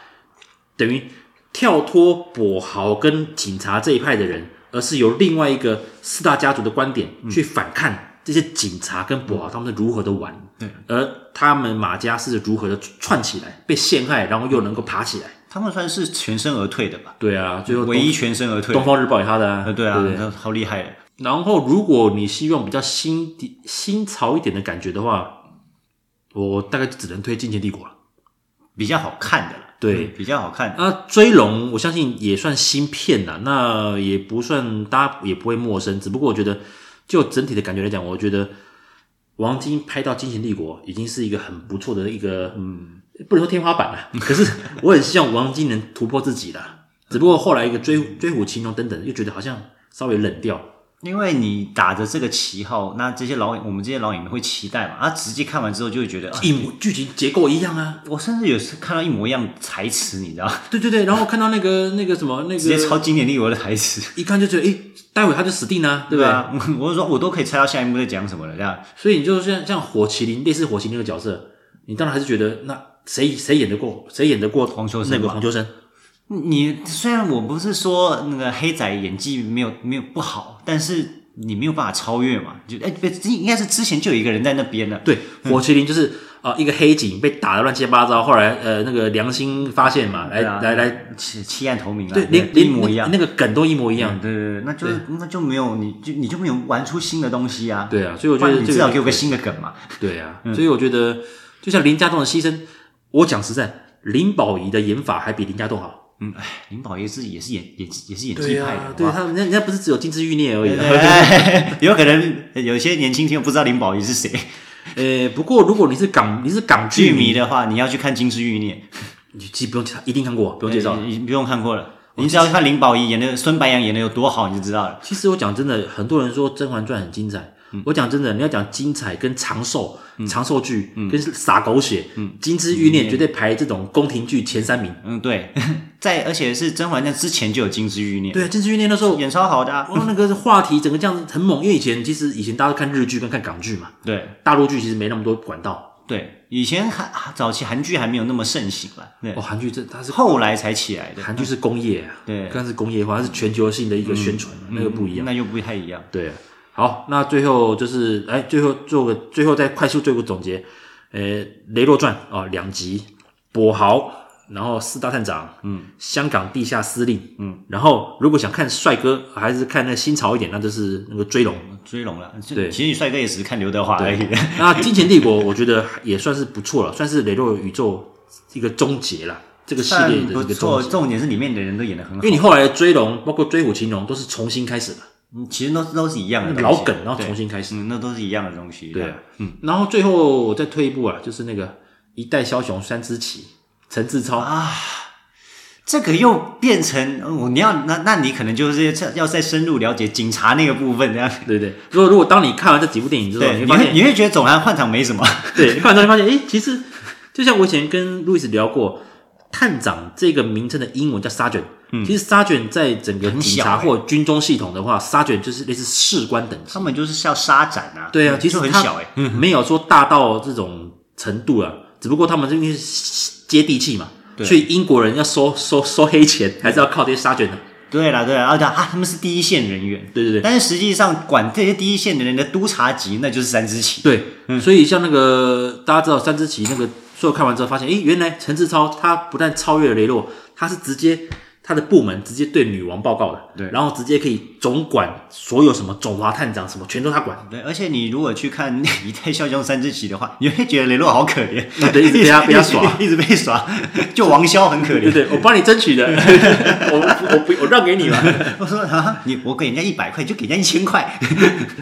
S1: 等于跳脱跛豪跟警察这一派的人，而是由另外一个四大家族的观点
S2: 嗯
S1: 去反看这些警察跟跛豪他们是如何的玩，
S2: 嗯对，
S1: 而他们马家是如何的串起来，被陷害，然后又能够爬起来。
S2: 他们算是全身而退的吧，
S1: 对啊，最后
S2: 嗯唯一全身而退的
S1: 东。方日报也他的啊，
S2: 呃，对啊
S1: 不，对
S2: 那好厉害的。
S1: 然后，如果你希望比较新的新潮一点的感觉的话，我大概只能推《金钱帝国》了。
S2: 比较好看的啦，
S1: 对
S2: 嗯比较好看。
S1: 那《追龙》我相信也算新片啦，那也不算大家也不会陌生，只不过我觉得就整体的感觉来讲，我觉得王晶拍到《金钱帝国》已经是一个很不错的一个，嗯，不能说天花板了， 可是我很希望王晶能突破自己啦。只不过后来一个追追虎擒龙等等，又觉得好像稍微冷掉。
S2: 因为你打着这个旗号，那这些老演我们这些老演员会期待嘛，啊，直接看完之后就会觉得，啊、
S1: 一模剧情结构一样啊，
S2: 我甚至有时看到一模一样的台词，你知道，
S1: 对对对，然后看到那个那个什么那
S2: 直接抄
S1: 个，
S2: 经典帝国的台词，
S1: 一看就觉得，诶，待会他就死定了，对不对？
S2: 啊，我就说我都可以猜到下一幕在讲什么了，这样
S1: 所以你就是像像火麒麟类似火麒麟那个角色，你当然还是觉得那谁谁演得过谁演得过
S2: 黄秋生
S1: 那个
S2: 嘛
S1: 黄秋生？
S2: 你虽然我不是说那个黑仔演技没有没有不好，但是你没有办法超越嘛，就哎，不、应该是之前就有一个人在那边了，
S1: 对，火麒麟就是啊、呃一个黑警被打得乱七八糟，后来呃那个良心发现嘛，来、
S2: 对啊
S1: 来来，
S2: 弃弃暗投明了，
S1: 对，连
S2: 一
S1: 连
S2: 模一样。嗯
S1: 那个梗都一模一样。
S2: 对对对，那就那就没有，你就你就没有玩出新的东西啊。
S1: 对啊，所以我觉
S2: 不然
S1: 得
S2: 你
S1: 这
S2: 至少给
S1: 个
S2: 我个嗯新的梗嘛。
S1: 对啊，所以我觉得就像林家栋的牺牲，我讲实在，林保怡的演法还比林家栋好。
S2: 嗯，哎，林保也是也是演演也是演
S1: 对
S2: 技
S1: 呀，
S2: 派的，
S1: 对
S2: 哇
S1: 他们，人家人家不是只有金枝欲孽而已、啊。
S2: 哎 有可能有些年轻听众不知道林保怡是谁，
S1: 呃，不过如果你是港，你是港
S2: 剧
S1: 剧
S2: 迷，的话，你要去看《金枝欲孽
S1: 你其实不用一定看过，不》，用介绍。
S2: 你你不用看过了，你只要看林保怡演的孙白杨演的有多好，你就知道了。
S1: 其实我讲真的，很多人说《甄嬛传》很精彩，
S2: 嗯
S1: 我讲真的，你要讲精彩跟长寿、长寿剧、
S2: 嗯
S1: 跟撒狗血、金枝欲孽，绝对排这种宫廷剧前三名。
S2: 嗯，对， 在而且是《甄嬛传》之前就有《金枝欲孽》，
S1: 对，金枝欲孽那时候，
S2: 演超好的、啊。
S1: 哇，那个话题整个这样子很猛，因为以前其实以前大家都看日剧跟看港剧嘛，
S2: 对
S1: 大陆剧其实没那么多管道。
S2: 对，以前韩早期韩剧还没有那么盛行了，对
S1: 哦，，韩剧这它是
S2: 后来才起来的。
S1: 韩剧是工业啊，
S2: 嗯对嗯
S1: 刚是工业化，它是全球性的一个宣传嘛，那个不一样。
S2: 那就不太一样。
S1: 对，啊好，那最后就是哎，最后做个最后再快速做个总结，呃，《雷洛传》啊、两集，跛豪，然后四大探长，嗯，香港地下司令，嗯，然后如果想看帅哥，还是看那新潮一点，那就是那个追龙。
S2: 追龙了，就
S1: 对
S2: 其实帅哥也只是看刘德华而 已。
S1: 那《金钱帝国》我觉得也算是不错了，算是雷洛宇宙一个终结了，这个系
S2: 但
S1: 列的
S2: 不
S1: 一个终
S2: 错，
S1: 结。
S2: 重点是里面的人都演的很好
S1: 因为，你后来的追龙，包括追虎擒龙，都是重新开始的
S2: 嗯其实都都是一样的东西
S1: 老梗，然后重，
S2: 对
S1: 新开始。
S2: 嗯，那都是一样的东西。
S1: 对，嗯，然后最后我再退一步啊，就是那个《一代枭雄三之旗》，陈志超，
S2: 这个又变成我你要那那你可能就是要再深入了解警察那个部分，这样
S1: 对不对？如果如果当你看完这几部电影之后，
S2: 对，
S1: 你
S2: 你
S1: 会发
S2: 会
S1: 现，
S2: 你会觉得总韩换场没 什么，
S1: 对，你看完之后你发现，诶，其实就像我以前跟路易斯聊过，探长这个名称的英文叫 sergeant，、其
S2: 嗯
S1: 实 sergeant 在整个
S2: 很
S1: 警
S2: 小
S1: 察
S2: 欸
S1: 或军中系统的话，sergeant 就是类似士官等级。
S2: 他们就是要杀斩啊。
S1: 对啊，
S2: 嗯
S1: 其实
S2: 就很
S1: 它
S2: 小哎，
S1: 没有说大到这种程度啊，只不过他们这边是接地气嘛，所以英国人要收收收黑钱，还是要靠这些杀卷的。
S2: 对啦对啦，而且啊他们是第一线人员，
S1: 对对对，
S2: 但是实际上管这些第一线的人的督察级，那就是三支旗。
S1: 对，所以像那个大家知道三只棋那个，所以我看完之后发现，诶，原来陈志超他不但超越了雷洛，他是直接他的部门直接对女王报告的，
S2: 对
S1: 然后直接可以总管所有什么总华探长什么全都他管，
S2: 对，而且你如果去看 《一代枭雄三之旗》的话，你会觉得雷洛好可怜，
S1: 那对一直被 他被他耍
S2: 一直被耍，就王骁很可
S1: 对
S2: 怜。
S1: 对，我帮你争取的， 我我不我让给你了，
S2: 我说啊，你我给人家一百块，你就给人家一 千块，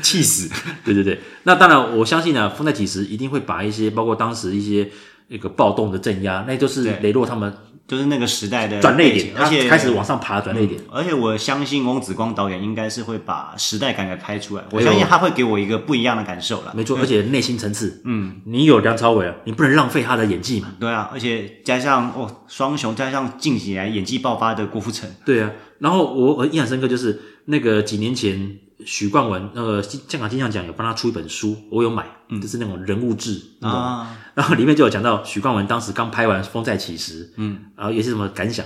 S2: 气死！
S1: 对对对，那当然我相信呢、啊，风在几时一定会把一些包括当时一些那个暴动的镇压，那就是
S2: 对
S1: 雷洛他们
S2: 就是那个时代的
S1: 转泪
S2: 背景
S1: 点，
S2: 而且
S1: 他开始往上爬的转泪点。
S2: 而且我相信翁子光导演应该是会把时代感给拍出来，我
S1: 哎呦
S2: 相信他会给我一个不一样的感受了。
S1: 没错，而且内心层次，嗯，你有梁朝伟啊，你不能浪费他的演技嘛。
S2: 对啊，而且加上哦，双雄加上近几年演技爆发的郭富城，
S1: 对啊，然后我我印象深刻就是那个几年前许冠文那个金香港金像奖有帮他出一本书，我有买，就是那种人物志那种，
S2: 啊
S1: 然后里面就有讲到许冠文当时刚拍完《风再起时》，嗯，然后也是什么感想。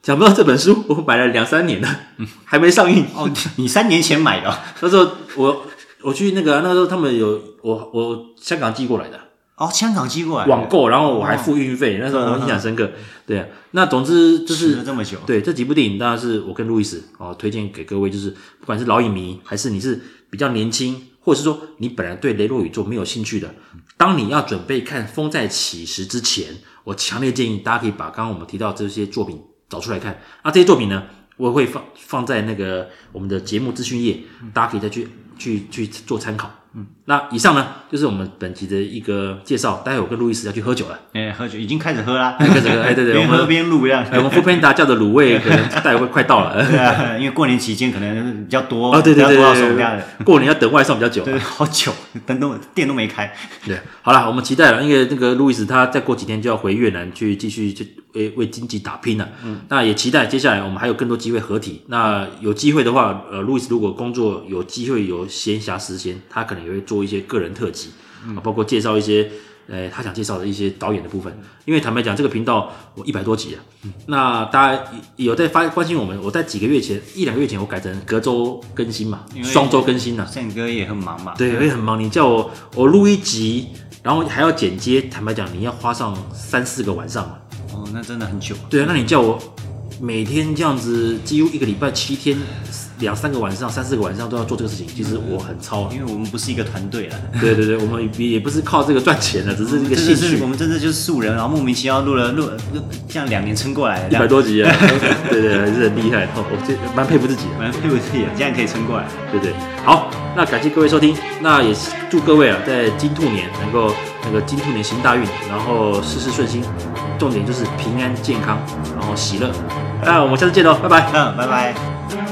S1: 讲不到这本书，我买了两三年了，还没上映。
S2: 哦，你你三年前买的哦
S1: 那时候我我去那个啊、那时候他们有我我香港寄过来的，
S2: 哦，香港寄过来的，
S1: 网购，然后我还付运费，那时候我印象深刻。对啊，那总之就
S2: 迟
S1: 是
S2: 了这么久，
S1: 对这几部电影，当然是我跟路易斯哦推荐给各位，就是不管是老影迷，还是你是比较年轻，或者是说你本来对雷诺宇宙没有兴趣的，当你要准备看《风再起时》之前，我强烈建议大家可以把刚刚我们提到这些作品找出来看。那这些作品呢，我会放放在那个我们的节目资讯页，大家可以再去去去做参考。嗯，那以上呢就是我们本集的一个介绍。待会我跟路易斯要去喝酒了。
S2: 哎，喝酒已经开始喝啦，
S1: 开始喝哎对对
S2: 边
S1: 我们
S2: 喝边录这样，
S1: 哎，我们富平达叫的卤味可能待会快到了。
S2: 对啊，因为过年期间可能比较多，
S1: 哦，对对
S2: 比
S1: 对
S2: 较多
S1: 对
S2: 到手这样
S1: 对
S2: 的，，
S1: 过年要等外送比较久。啊
S2: 对，好久，灯都店都没开，
S1: 对，好了，我们期待了，因为那个路易斯他再过几天就要回越南去继续去呃为为经济打拼了。嗯，那也期待接下来我们还有更多机会合体。那有机会的话，呃，路易斯如果工作有机会有闲暇时间，他可能也会做一些个人特辑，
S2: 嗯
S1: 啊包括介绍一些。呃，他想介绍的一些导演的部分，因为坦白讲，这个频道我一百多集了，啊
S2: 嗯
S1: 那大家有在发关心我们，我在几个月前，一两个月前，我改成隔周更新嘛
S2: 因，为
S1: 双周更新啊了、
S2: 宪哥也很忙嘛，
S1: 对，会很忙。你叫我我录一集，然后还要剪接，坦白讲，你要花上三四个晚上嘛。
S2: 哦，那真的很久，
S1: 对啊，那你叫我每天这样子，几乎一个礼拜七天，两三个晚上、三四个晚上都要做这个事情，其实我很超啊。
S2: 因为我们不是一个团队了。
S1: 对对对，我们也也不是靠这个赚钱的，只是一个
S2: 真
S1: 兴
S2: 的是
S1: 趣
S2: 我。们真的嗯就是素人，然后莫名其妙录了录了录这样两年撑过来的，
S1: 一
S2: 这
S1: 百
S2: 样
S1: 多集啊， 对对，还是很厉害，哦我这蛮佩服自己的。
S2: 蛮佩服自己的，这样可以撑过来。
S1: 对对，好，那感谢各位收听，那也祝各位啊，在金兔年能够那个金兔年行大运，然后事事顺心，重点就是平安健康，然后喜乐。那我们下次见喽，拜拜。
S2: 嗯，拜拜。
S3: 「